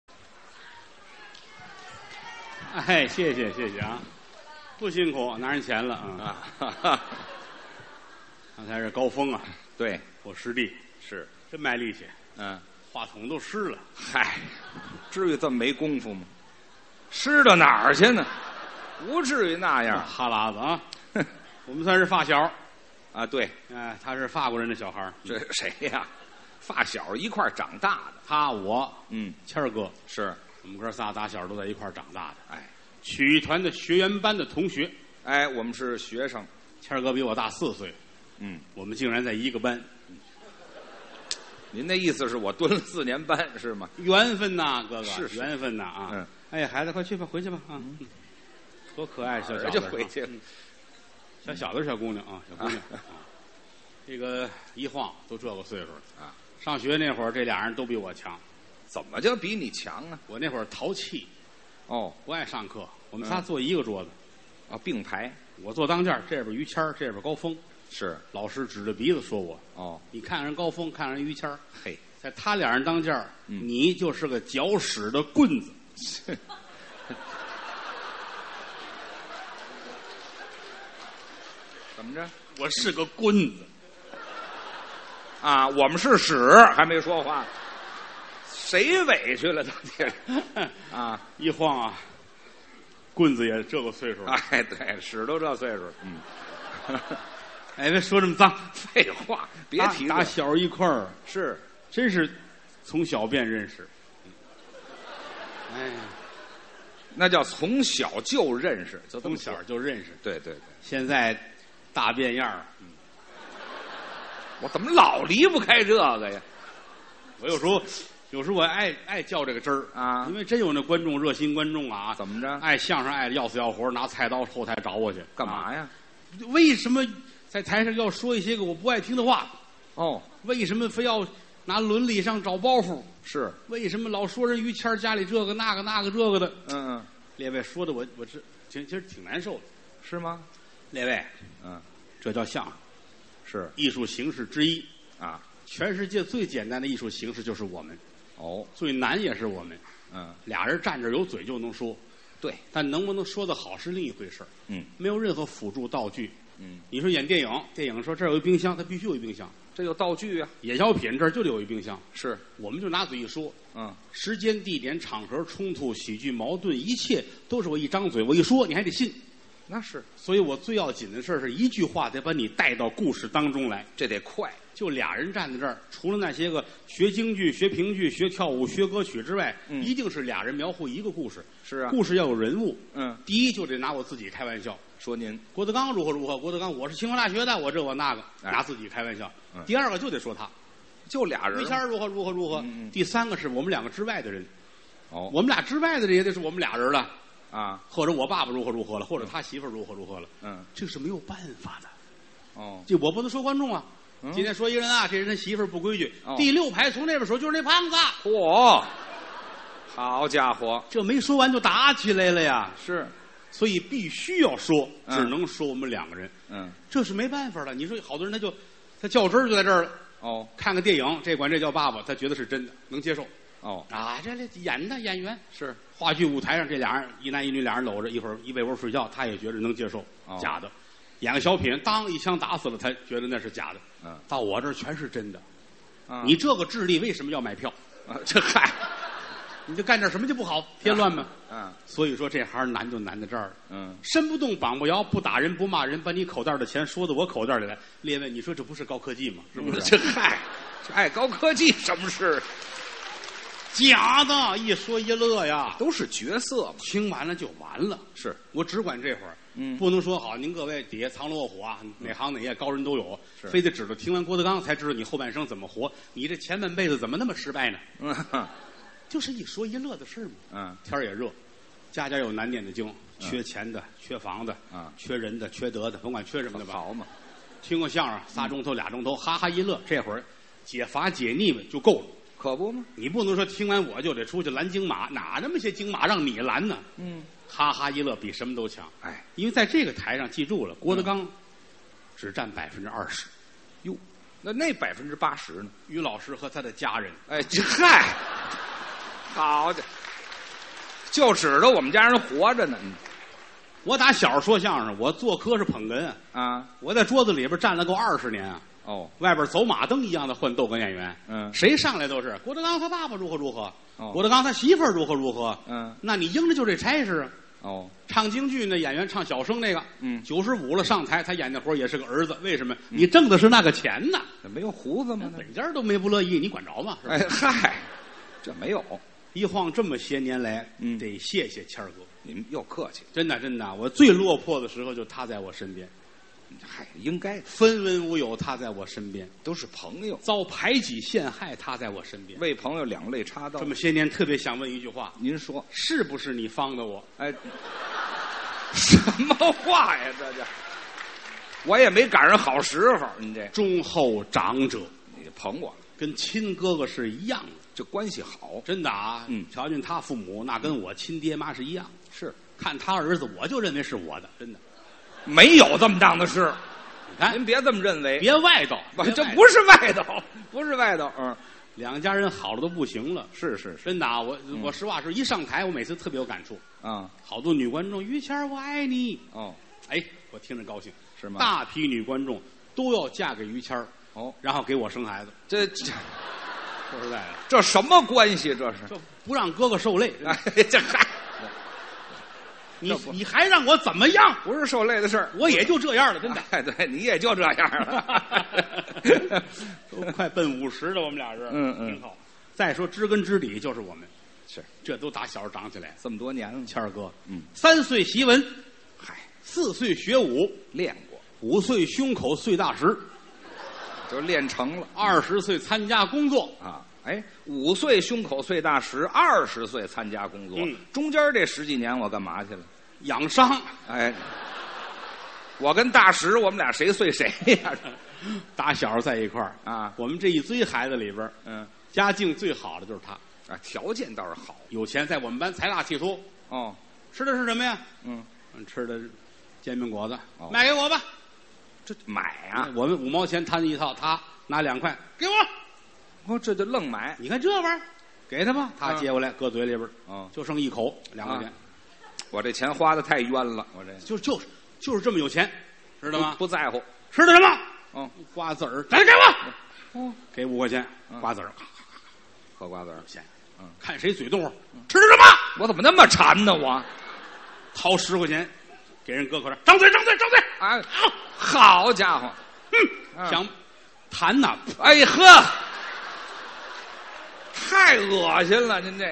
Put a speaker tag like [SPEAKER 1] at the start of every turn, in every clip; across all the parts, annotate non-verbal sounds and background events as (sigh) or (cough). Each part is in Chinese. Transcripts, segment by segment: [SPEAKER 1] (laughs) 哎，谢谢谢谢啊，不辛苦，拿人钱了啊。
[SPEAKER 2] 啊，哈哈
[SPEAKER 1] 刚才是高峰啊，
[SPEAKER 2] (laughs) 对，
[SPEAKER 1] 我师弟
[SPEAKER 2] 是，
[SPEAKER 1] 真卖力气，
[SPEAKER 2] 嗯，
[SPEAKER 1] 话筒都湿了。
[SPEAKER 2] 嗨，至于这么没功夫吗？湿到哪儿去呢？不至于那样
[SPEAKER 1] 哈喇子啊，我们算是发小，
[SPEAKER 2] 啊！对，
[SPEAKER 1] 哎，他是法国人的小孩儿
[SPEAKER 2] 这谁呀？发小一块儿长大的，
[SPEAKER 1] 他我
[SPEAKER 2] 嗯，
[SPEAKER 1] 谦儿哥，
[SPEAKER 2] 是，
[SPEAKER 1] 我们哥仨打小都在一块儿长大的，
[SPEAKER 2] 哎，
[SPEAKER 1] 曲艺团的学员班的同学。
[SPEAKER 2] 哎，我们是学生，
[SPEAKER 1] 谦儿哥比我大四岁，
[SPEAKER 2] 嗯，
[SPEAKER 1] 我们竟然在一个班，
[SPEAKER 2] 您的意思是我蹲了四年班是吗？
[SPEAKER 1] 缘分呐，哥哥，
[SPEAKER 2] 是是
[SPEAKER 1] 缘分呐啊！
[SPEAKER 2] 嗯，
[SPEAKER 1] 哎，孩子，快去吧，回去吧啊！多可爱，小小
[SPEAKER 2] 哎就
[SPEAKER 1] 子啊
[SPEAKER 2] 回去了，
[SPEAKER 1] 小小的小姑娘啊，小姑
[SPEAKER 2] (laughs)
[SPEAKER 1] 娘
[SPEAKER 2] 啊，
[SPEAKER 1] 啊这个一晃都这个岁数了
[SPEAKER 2] 啊。
[SPEAKER 1] 上学那会儿，这俩人都比我强。
[SPEAKER 2] 怎么就比你强啊？
[SPEAKER 1] 我那会儿淘气，
[SPEAKER 2] 哦，
[SPEAKER 1] 不爱上课。我们仨
[SPEAKER 2] 嗯
[SPEAKER 1] 坐一个桌子，
[SPEAKER 2] 啊，并排
[SPEAKER 1] 我坐当间儿，这边于谦儿，这边高峰。
[SPEAKER 2] 是，
[SPEAKER 1] 老师指着鼻子说我
[SPEAKER 2] 哦，：“
[SPEAKER 1] 你看人高峰，看人于谦儿，
[SPEAKER 2] 嘿，
[SPEAKER 1] 在他俩人当间儿，
[SPEAKER 2] 嗯
[SPEAKER 1] 你就是个搅屎的棍子。
[SPEAKER 2] 怎么着？
[SPEAKER 1] 我是个棍子，
[SPEAKER 2] 啊，我们是屎，还没说话，谁委屈了？到底是啊，
[SPEAKER 1] (laughs) 一晃啊，棍子也这个岁数了。
[SPEAKER 2] (laughs) 哎，对，屎都这岁数了，嗯，
[SPEAKER 1] 哎，别说这么脏，
[SPEAKER 2] 废话，别
[SPEAKER 1] 打
[SPEAKER 2] 提
[SPEAKER 1] 打
[SPEAKER 2] 了，
[SPEAKER 1] 小一块儿，
[SPEAKER 2] 是
[SPEAKER 1] 真是从小便认识。哎，
[SPEAKER 2] 那叫从小就认识，就这
[SPEAKER 1] 从
[SPEAKER 2] 么说
[SPEAKER 1] 小，就认识，
[SPEAKER 2] 对对对，
[SPEAKER 1] 现在大变样儿。
[SPEAKER 2] 我怎么老离不开这个呀？
[SPEAKER 1] 我有时候，有时候我爱爱较这个真儿
[SPEAKER 2] 啊
[SPEAKER 1] 因为真有那观众热心观众啊，
[SPEAKER 2] 怎么着？
[SPEAKER 1] 爱相声爱的要死要活，拿菜刀后台找我去
[SPEAKER 2] 干嘛
[SPEAKER 1] 呀、
[SPEAKER 2] 呀？
[SPEAKER 1] 为什么在台上要说一些个我不爱听的话？
[SPEAKER 2] 哦，
[SPEAKER 1] 为什么非要拿伦理上找包袱？
[SPEAKER 2] 是，
[SPEAKER 1] 为什么老说人于谦儿家里这个那个那个这个的？
[SPEAKER 2] 嗯，嗯，
[SPEAKER 1] 列位说的我我这其实其实挺难受的。
[SPEAKER 2] 是吗？
[SPEAKER 1] 列位，
[SPEAKER 2] 嗯，
[SPEAKER 1] 这叫相声，
[SPEAKER 2] 是
[SPEAKER 1] 艺术形式之一。
[SPEAKER 2] 啊，
[SPEAKER 1] 全世界最简单的艺术形式就是我们，
[SPEAKER 2] 哦，
[SPEAKER 1] 最难也是我们。
[SPEAKER 2] 嗯，
[SPEAKER 1] 俩人站着有嘴就能说，
[SPEAKER 2] 对，
[SPEAKER 1] 但能不能说得好是另一回事儿。
[SPEAKER 2] 嗯
[SPEAKER 1] 没有任何辅助道具。
[SPEAKER 2] 嗯，
[SPEAKER 1] 你说演电影，电影说这儿有一冰箱，它必须有一冰箱；
[SPEAKER 2] 这有道具啊，
[SPEAKER 1] 演小品这儿就得有一冰箱。
[SPEAKER 2] 是，
[SPEAKER 1] 我们就拿嘴一说，
[SPEAKER 2] 嗯，
[SPEAKER 1] 时间、地点、场合、冲突、喜剧、矛盾，一切都是我一张嘴，我一说你还得信。
[SPEAKER 2] 那是，
[SPEAKER 1] 所以我最要紧的事儿是一句话得把你带到故事当中来。
[SPEAKER 2] 这得快，
[SPEAKER 1] 就俩人站在这儿，除了那些个学京剧、学评剧、学跳舞、学歌曲之外，
[SPEAKER 2] 嗯
[SPEAKER 1] 一定是俩人描绘一个故事。
[SPEAKER 2] 是啊，
[SPEAKER 1] 故事要有人物，
[SPEAKER 2] 嗯，
[SPEAKER 1] 第一就得拿我自己开玩笑。
[SPEAKER 2] 说您
[SPEAKER 1] 郭德纲如何如何？郭德纲，我是清华大学的，我这我那个，
[SPEAKER 2] 哎
[SPEAKER 1] 拿自己开玩笑。
[SPEAKER 2] 嗯
[SPEAKER 1] 第二个就得说他，
[SPEAKER 2] 就俩人
[SPEAKER 1] 于
[SPEAKER 2] 嘛，
[SPEAKER 1] 谦儿如何如何如何。
[SPEAKER 2] 嗯嗯
[SPEAKER 1] 第三个是我们两个之外的人，
[SPEAKER 2] 哦，
[SPEAKER 1] 我们俩之外的人也得是我们俩人了，
[SPEAKER 2] 啊，
[SPEAKER 1] 或者我爸爸如何如何了，或者他媳妇儿如何如何了，
[SPEAKER 2] 嗯，
[SPEAKER 1] 这是没有办法的。
[SPEAKER 2] 哦，
[SPEAKER 1] 这我不能说观众啊。
[SPEAKER 2] 嗯
[SPEAKER 1] 今天说一人啊，这人他媳妇儿不规矩。
[SPEAKER 2] 哦
[SPEAKER 1] 第六排从那边说就是那胖子，
[SPEAKER 2] 嚯，好家伙，
[SPEAKER 1] 这没说完就打起来了呀。
[SPEAKER 2] 是，
[SPEAKER 1] 所以必须要说，
[SPEAKER 2] 嗯
[SPEAKER 1] 只能说我们两个人，
[SPEAKER 2] 嗯，
[SPEAKER 1] 这是没办法的。你说好多人他就他较真儿就在这儿了。
[SPEAKER 2] 哦，
[SPEAKER 1] 看个电影，这管这叫爸爸，他觉得是真的，能接受
[SPEAKER 2] 哦，
[SPEAKER 1] 啊。这这演的演员，
[SPEAKER 2] 是，
[SPEAKER 1] 话剧舞台上这俩人一男一女俩人搂着，一会儿一被窝睡觉，他也觉得能接受，
[SPEAKER 2] 哦
[SPEAKER 1] 假的。演个小品，当一枪打死了，他觉得那是假的。
[SPEAKER 2] 嗯，
[SPEAKER 1] 到我这儿全是真的。
[SPEAKER 2] 啊
[SPEAKER 1] 你这个智力为什么要买票？ (laughs)
[SPEAKER 2] 啊这嗨，
[SPEAKER 1] 你就干点什么就不
[SPEAKER 2] 啊
[SPEAKER 1] 好，添乱吗？
[SPEAKER 2] 嗯
[SPEAKER 1] 所以说这行难就难在这儿了。
[SPEAKER 2] 嗯，
[SPEAKER 1] 身不动，膀不摇，不打人，不骂人，把你口袋的钱说到我口袋里来。列位，你说这不是高科技吗？是不是？
[SPEAKER 2] (laughs) 这嗨，这爱高科技什么事？
[SPEAKER 1] (laughs)
[SPEAKER 2] 啊
[SPEAKER 1] 假的，一说一乐呀。
[SPEAKER 2] 都是角色嘛，
[SPEAKER 1] 听完了就完了。
[SPEAKER 2] 是，
[SPEAKER 1] 我只管这会儿，
[SPEAKER 2] 嗯
[SPEAKER 1] 不能说好您各位底下藏龙卧虎啊，哪行哪业高人都有，
[SPEAKER 2] 是
[SPEAKER 1] 非得指着听完郭德纲才知道你后半生怎么活，你这前半辈子怎么那么失败呢？
[SPEAKER 2] 嗯 (laughs)
[SPEAKER 1] 就是一说一乐的事儿嘛。
[SPEAKER 2] 嗯，
[SPEAKER 1] 天儿也热，家家有难念的经，缺钱的，缺房的，
[SPEAKER 2] 啊
[SPEAKER 1] 缺人的，缺德的，甭管缺什么的吧。
[SPEAKER 2] 好嘛，
[SPEAKER 1] 听个相声，仨钟头俩钟头，哈哈一乐，这会儿解乏解腻吧就够了。
[SPEAKER 2] 可不嘛，
[SPEAKER 1] 你不能说听完我就得出去拦京马，哪那么些京马让你拦呢？
[SPEAKER 2] 嗯，
[SPEAKER 1] 哈哈一乐比什么都强。
[SPEAKER 2] 哎，
[SPEAKER 1] 因为在这个台上，记住了，郭德纲只占百分之二十，
[SPEAKER 2] 哟，那那百分之八十呢？哎
[SPEAKER 1] 于老师和他的家人，
[SPEAKER 2] 哎，这嗨，好家就指着我们家人活着呢。嗯
[SPEAKER 1] 我打小说相声，我做科是捧哏啊，
[SPEAKER 2] 啊，
[SPEAKER 1] 我在桌子里边站了够二十年啊，
[SPEAKER 2] 哦，
[SPEAKER 1] 外边走马灯一样的换逗哏演员，
[SPEAKER 2] 嗯
[SPEAKER 1] 谁上来都是郭德纲他爸爸如何如何，
[SPEAKER 2] 哦
[SPEAKER 1] 郭德纲他媳妇儿如何如何，
[SPEAKER 2] 嗯，
[SPEAKER 1] 那你应着就这差事啊。
[SPEAKER 2] 哦，
[SPEAKER 1] 唱京剧那演员唱小生那个，
[SPEAKER 2] 嗯
[SPEAKER 1] 九十五了上台，他演那活儿也是个儿子，为什么？你挣的是那个钱呐，
[SPEAKER 2] 这没有胡子吗？
[SPEAKER 1] 本家都没不乐意，你管着吗？是吧
[SPEAKER 2] 哎嗨，这没有，
[SPEAKER 1] 一晃这么些年来，
[SPEAKER 2] 嗯
[SPEAKER 1] 得谢谢谦儿哥，
[SPEAKER 2] 你们又客气，
[SPEAKER 1] 真的真的，我最落魄的时候就他在我身边，
[SPEAKER 2] 嗨，应该
[SPEAKER 1] 分文无有他在我身边，
[SPEAKER 2] 都是朋友，
[SPEAKER 1] 遭排挤陷害他在我身边。
[SPEAKER 2] 为朋友两肋插刀
[SPEAKER 1] 这。么些年，特别想问一句话：
[SPEAKER 2] 您说，
[SPEAKER 1] 是不是你放的我？
[SPEAKER 2] 哎，什么话呀？这这，我也没赶上好时候，你这
[SPEAKER 1] 忠厚长者，
[SPEAKER 2] 你捧我，
[SPEAKER 1] 跟亲哥哥是一样的，
[SPEAKER 2] 这关系好
[SPEAKER 1] 真的啊。
[SPEAKER 2] 嗯
[SPEAKER 1] 瞧见他父母，那跟我亲爹妈是一样的。
[SPEAKER 2] 是
[SPEAKER 1] 看他儿子，我就认为是我的，真的。
[SPEAKER 2] 没有这么档的事，
[SPEAKER 1] 你看，
[SPEAKER 2] 您别这么认为，
[SPEAKER 1] 别外道，
[SPEAKER 2] 哎不
[SPEAKER 1] 别
[SPEAKER 2] 这
[SPEAKER 1] 外道
[SPEAKER 2] 不是外头，不是外头，嗯，
[SPEAKER 1] 两家人好的都不行了。
[SPEAKER 2] 是是是
[SPEAKER 1] 真的啊，我
[SPEAKER 2] 嗯
[SPEAKER 1] 我实话说，一上台我每次特别有感触，
[SPEAKER 2] 啊，
[SPEAKER 1] 好多女观众，于谦儿我爱你，
[SPEAKER 2] 哦，
[SPEAKER 1] 哎，我听着高兴。
[SPEAKER 2] 是吗？
[SPEAKER 1] 大批女观众都要嫁给于谦儿，
[SPEAKER 2] 嗯哦，
[SPEAKER 1] 然后给我生孩子。
[SPEAKER 2] 这这
[SPEAKER 1] 说实在的，
[SPEAKER 2] 这什么关系？这是？
[SPEAKER 1] 就不让哥哥受累。
[SPEAKER 2] (laughs) 哎， (laughs) 这嗨，
[SPEAKER 1] 你
[SPEAKER 2] 这不
[SPEAKER 1] 你还让我怎么样？
[SPEAKER 2] 不是受累的事儿，
[SPEAKER 1] 我也就这样了，真的。
[SPEAKER 2] 哎，对，你也就这样 (laughs) 了。
[SPEAKER 1] (laughs) 都快奔五十了，我们俩人，
[SPEAKER 2] 嗯嗯
[SPEAKER 1] 挺好。再说知根知底就是我们，
[SPEAKER 2] 是
[SPEAKER 1] 这都打小长起来。
[SPEAKER 2] 这么多年了，
[SPEAKER 1] 谦儿哥，
[SPEAKER 2] 嗯，
[SPEAKER 1] 三岁习文，
[SPEAKER 2] 嗨，
[SPEAKER 1] 四岁学武，
[SPEAKER 2] 练过
[SPEAKER 1] 五岁胸口碎大石，
[SPEAKER 2] 就练成了
[SPEAKER 1] 二十岁参加工作，
[SPEAKER 2] 啊。哎，五岁胸口碎大石，二十岁参加工作，
[SPEAKER 1] 嗯
[SPEAKER 2] 中间这十几年我干嘛去了？
[SPEAKER 1] 养伤，
[SPEAKER 2] 哎，我跟大石，我们俩谁碎谁呀、 (laughs)
[SPEAKER 1] 打小在一块儿
[SPEAKER 2] 啊
[SPEAKER 1] 我们这一堆孩子里边儿，
[SPEAKER 2] 嗯，
[SPEAKER 1] 家境最好的就是他，
[SPEAKER 2] 啊，条件倒是好
[SPEAKER 1] 有钱，在我们班财大气粗。
[SPEAKER 2] 哦，
[SPEAKER 1] 吃的是什么呀？
[SPEAKER 2] 嗯，
[SPEAKER 1] 嗯吃的煎饼果子，
[SPEAKER 2] 哦
[SPEAKER 1] 卖给我吧。
[SPEAKER 2] 这买啊，
[SPEAKER 1] 我们五毛钱摊一套，他拿两块给我。
[SPEAKER 2] 哦，这就愣买
[SPEAKER 1] 你看这玩意儿，给他吧。他接过来，搁嘴里边儿，
[SPEAKER 2] 啊哦，
[SPEAKER 1] 就剩一口，两块钱
[SPEAKER 2] 啊，我这钱花的太冤了，我这
[SPEAKER 1] 就就是就是这么有钱，知道吗？
[SPEAKER 2] 不在乎。
[SPEAKER 1] 吃的什么？
[SPEAKER 2] 哦，
[SPEAKER 1] 瓜子儿，来给我，
[SPEAKER 2] 哦，
[SPEAKER 1] 给五块钱，
[SPEAKER 2] 嗯
[SPEAKER 1] 瓜子儿，
[SPEAKER 2] 嗑瓜子儿，
[SPEAKER 1] 钱
[SPEAKER 2] 嗯。
[SPEAKER 1] 看谁嘴动，啊吃的什么？
[SPEAKER 2] 我怎么那么馋呢？我
[SPEAKER 1] 掏十块钱，给人搁口上，张嘴，张嘴，张嘴。
[SPEAKER 2] 啊，
[SPEAKER 1] 好，
[SPEAKER 2] 好家伙，
[SPEAKER 1] 嗯，
[SPEAKER 2] 嗯
[SPEAKER 1] 想弹呐，
[SPEAKER 2] 哎呵，太恶心了！您这，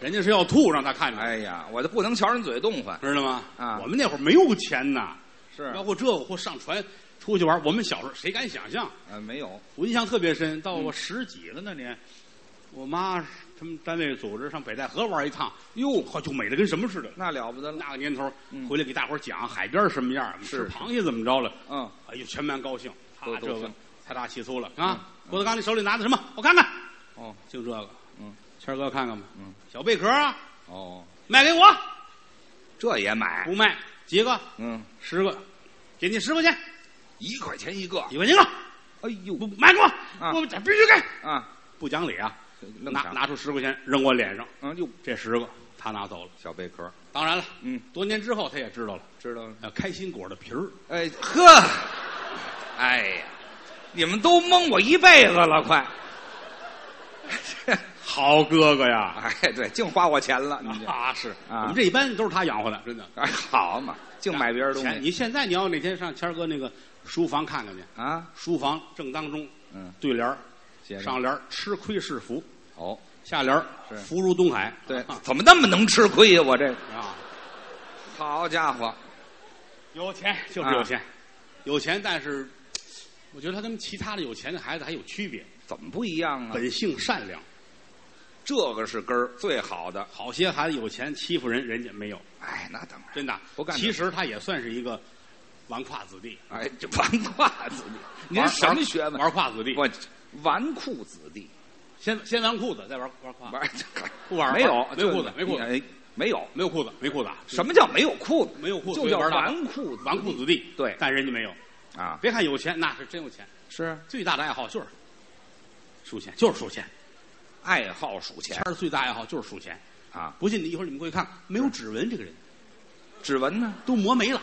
[SPEAKER 1] 人家是要吐，让他看见，
[SPEAKER 2] 哎呀，我就不能瞧人嘴动换。
[SPEAKER 1] 知道吗？
[SPEAKER 2] 啊
[SPEAKER 1] 我们那会儿没有钱呐，
[SPEAKER 2] 是
[SPEAKER 1] 包括这或上船出去玩，我们小时候谁敢想象？
[SPEAKER 2] 呃，没有，
[SPEAKER 1] 我印象特别深，到我十几了那年，我妈他们单位组织上北戴河玩一趟，哟，呵，就美的跟什么似的。
[SPEAKER 2] 那了不得了。
[SPEAKER 1] 那个年头
[SPEAKER 2] 嗯
[SPEAKER 1] 回来给大伙儿讲海边什么样，吃
[SPEAKER 2] 是
[SPEAKER 1] 螃蟹怎么着了，
[SPEAKER 2] 嗯，
[SPEAKER 1] 哎呦，全班高兴，他
[SPEAKER 2] 都
[SPEAKER 1] 这
[SPEAKER 2] 都
[SPEAKER 1] 个
[SPEAKER 2] 行
[SPEAKER 1] 财大气粗了啊！郭德纲，你手里拿的什么？我看看，
[SPEAKER 2] 哦，
[SPEAKER 1] 就这个，
[SPEAKER 2] 嗯，
[SPEAKER 1] 谦儿哥看看吧，
[SPEAKER 2] 嗯，
[SPEAKER 1] 小贝壳啊，
[SPEAKER 2] 哦，
[SPEAKER 1] 卖给我，
[SPEAKER 2] 这也买
[SPEAKER 1] 不？卖几个？
[SPEAKER 2] 嗯，
[SPEAKER 1] 十个，给你十块钱，
[SPEAKER 2] 一块钱一个。
[SPEAKER 1] 一块钱一个，
[SPEAKER 2] 哎呦
[SPEAKER 1] 不卖给我，
[SPEAKER 2] 啊
[SPEAKER 1] 我必须给，
[SPEAKER 2] 啊，
[SPEAKER 1] 不讲理啊！
[SPEAKER 2] 愣
[SPEAKER 1] 拿
[SPEAKER 2] 想，
[SPEAKER 1] 拿出十块钱扔我脸上，
[SPEAKER 2] 嗯，哟，
[SPEAKER 1] 这十个他拿走了。
[SPEAKER 2] 小贝壳，
[SPEAKER 1] 当然了，
[SPEAKER 2] 嗯，
[SPEAKER 1] 多年之后他也知道了，
[SPEAKER 2] 知道了。
[SPEAKER 1] 呃，开心果的皮儿，
[SPEAKER 2] 哎呵，哎呀，你们都蒙我一辈子了，快！ (laughs)
[SPEAKER 1] 好哥哥呀！
[SPEAKER 2] 哎，对，净花我钱了，你
[SPEAKER 1] (laughs)
[SPEAKER 2] 这。
[SPEAKER 1] 啊，是
[SPEAKER 2] 啊
[SPEAKER 1] 我们这一班都是他养活的，真的。
[SPEAKER 2] 哎，好嘛，净买别人东
[SPEAKER 1] 钱
[SPEAKER 2] 西
[SPEAKER 1] 你现在你要哪天上谦儿哥那个书房看看去，
[SPEAKER 2] 啊。
[SPEAKER 1] 书房正当中，
[SPEAKER 2] 嗯，
[SPEAKER 1] 对联儿
[SPEAKER 2] 写着
[SPEAKER 1] 上联儿吃亏是福，
[SPEAKER 2] 哦，
[SPEAKER 1] 下联儿
[SPEAKER 2] 是
[SPEAKER 1] 福如东海，
[SPEAKER 2] 对
[SPEAKER 1] 啊，
[SPEAKER 2] 怎么那么能吃亏呀、我这
[SPEAKER 1] 啊，
[SPEAKER 2] 好家伙，
[SPEAKER 1] 有钱就是有钱，有钱，但是我觉得他跟其他的有钱的孩子还有区别，
[SPEAKER 2] 怎么不一样啊？
[SPEAKER 1] 本性善良。
[SPEAKER 2] 这个是根儿最好的。
[SPEAKER 1] 好些孩子有钱欺负人，人家没有，
[SPEAKER 2] 哎，那当然。
[SPEAKER 1] 真的
[SPEAKER 2] 不干这
[SPEAKER 1] 其实他也算是一个纨绔子弟，
[SPEAKER 2] 哎，这纨绔子弟，您
[SPEAKER 1] 玩
[SPEAKER 2] 什么学问？
[SPEAKER 1] 玩绔子弟，
[SPEAKER 2] 呃我纨绔子弟
[SPEAKER 1] 先先纨绔子，再玩玩胯，
[SPEAKER 2] 玩
[SPEAKER 1] 不玩
[SPEAKER 2] 啊没有
[SPEAKER 1] 没
[SPEAKER 2] 就
[SPEAKER 1] 裤子没裤子
[SPEAKER 2] 哎没有
[SPEAKER 1] 没有裤子，没裤子啊，
[SPEAKER 2] 什么叫没有裤子？
[SPEAKER 1] 没有裤子
[SPEAKER 2] 就叫
[SPEAKER 1] 所以玩大
[SPEAKER 2] 纨绔子
[SPEAKER 1] 纨绔子弟，
[SPEAKER 2] 对
[SPEAKER 1] 但人家没有。
[SPEAKER 2] 啊，
[SPEAKER 1] 别看有钱，那是真有钱，
[SPEAKER 2] 是
[SPEAKER 1] 最大的爱好就是数钱，就是数钱。
[SPEAKER 2] 爱好数
[SPEAKER 1] 谦
[SPEAKER 2] 钱
[SPEAKER 1] 儿最大爱好就是数钱，
[SPEAKER 2] 啊，
[SPEAKER 1] 不信你一会儿你们过去看，没有指纹，这个人
[SPEAKER 2] 指纹呢？
[SPEAKER 1] 都磨没了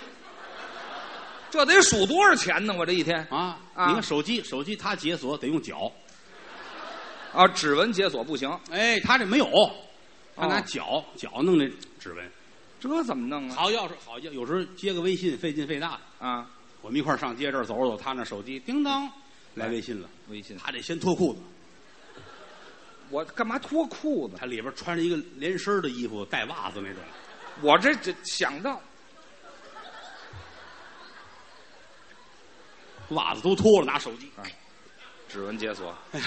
[SPEAKER 2] 这得数多少钱呢？我这一天
[SPEAKER 1] 啊！
[SPEAKER 2] 啊
[SPEAKER 1] 你看手机，手机它解锁得用脚，
[SPEAKER 2] 啊，指纹解锁不行，
[SPEAKER 1] 哎，它这没有，
[SPEAKER 2] 哦
[SPEAKER 1] 它拿脚脚弄那指纹。
[SPEAKER 2] 这怎么弄啊？
[SPEAKER 1] 好钥匙，好钥，有时候接个微信费劲费大的。
[SPEAKER 2] 啊，
[SPEAKER 1] 我们一块儿上街这儿走着走，他那手机叮当来微信了，
[SPEAKER 2] 微信，
[SPEAKER 1] 他得先脱裤子，
[SPEAKER 2] 我干嘛脱裤子？
[SPEAKER 1] 他里边穿着一个连身的衣服，带袜子那种。
[SPEAKER 2] 我这这想到
[SPEAKER 1] 袜子都脱了，拿手机嗯
[SPEAKER 2] 指纹解锁，
[SPEAKER 1] 哎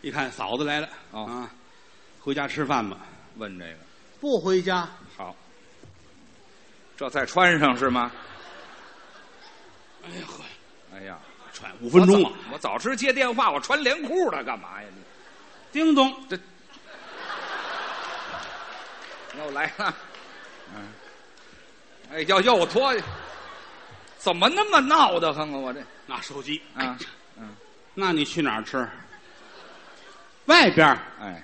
[SPEAKER 1] 一看，嫂子来了、
[SPEAKER 2] 哦
[SPEAKER 1] 啊，回家吃饭吧？
[SPEAKER 2] 问这个
[SPEAKER 1] 不回家，
[SPEAKER 2] 好，这再穿上是吗？
[SPEAKER 1] 哎呀呵，
[SPEAKER 2] 哎呀，
[SPEAKER 1] 穿五分钟
[SPEAKER 2] 我
[SPEAKER 1] 啊
[SPEAKER 2] 早！！我早知接电话，我穿连裤了干嘛呀？你
[SPEAKER 1] 叮咚，
[SPEAKER 2] 又来了，嗯，哎，要要我脱，怎么那么闹得慌啊？我这
[SPEAKER 1] 拿手机
[SPEAKER 2] 啊，嗯，
[SPEAKER 1] 那你去哪儿吃？外边儿。
[SPEAKER 2] 哎，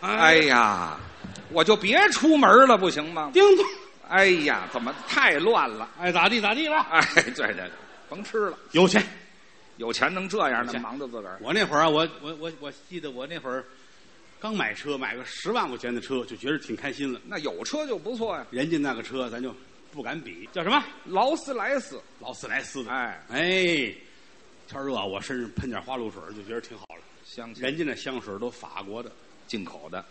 [SPEAKER 2] 哎，呀，我就别出门了，不行吗？
[SPEAKER 1] 叮咚，
[SPEAKER 2] 哎呀，怎么太乱了？
[SPEAKER 1] 哎，咋地咋地吧？
[SPEAKER 2] 哎，对对对，甭吃了，
[SPEAKER 1] 有钱。
[SPEAKER 2] 有钱能这样
[SPEAKER 1] 有
[SPEAKER 2] 呢？
[SPEAKER 1] 钱
[SPEAKER 2] 忙着自个儿，
[SPEAKER 1] 我那会儿啊，我我我我记得我那会儿刚买车，买个十万块钱的车，就觉得挺开心了。
[SPEAKER 2] 那有车就不错呀。
[SPEAKER 1] 人家那个车咱就不敢比，叫什么
[SPEAKER 2] 劳斯莱斯，
[SPEAKER 1] 劳斯莱斯的。
[SPEAKER 2] 哎，
[SPEAKER 1] 哎，天热、啊，我身上喷点花露水就觉得挺好了。
[SPEAKER 2] 相信
[SPEAKER 1] 人家那香水都法国的，
[SPEAKER 2] 进口的，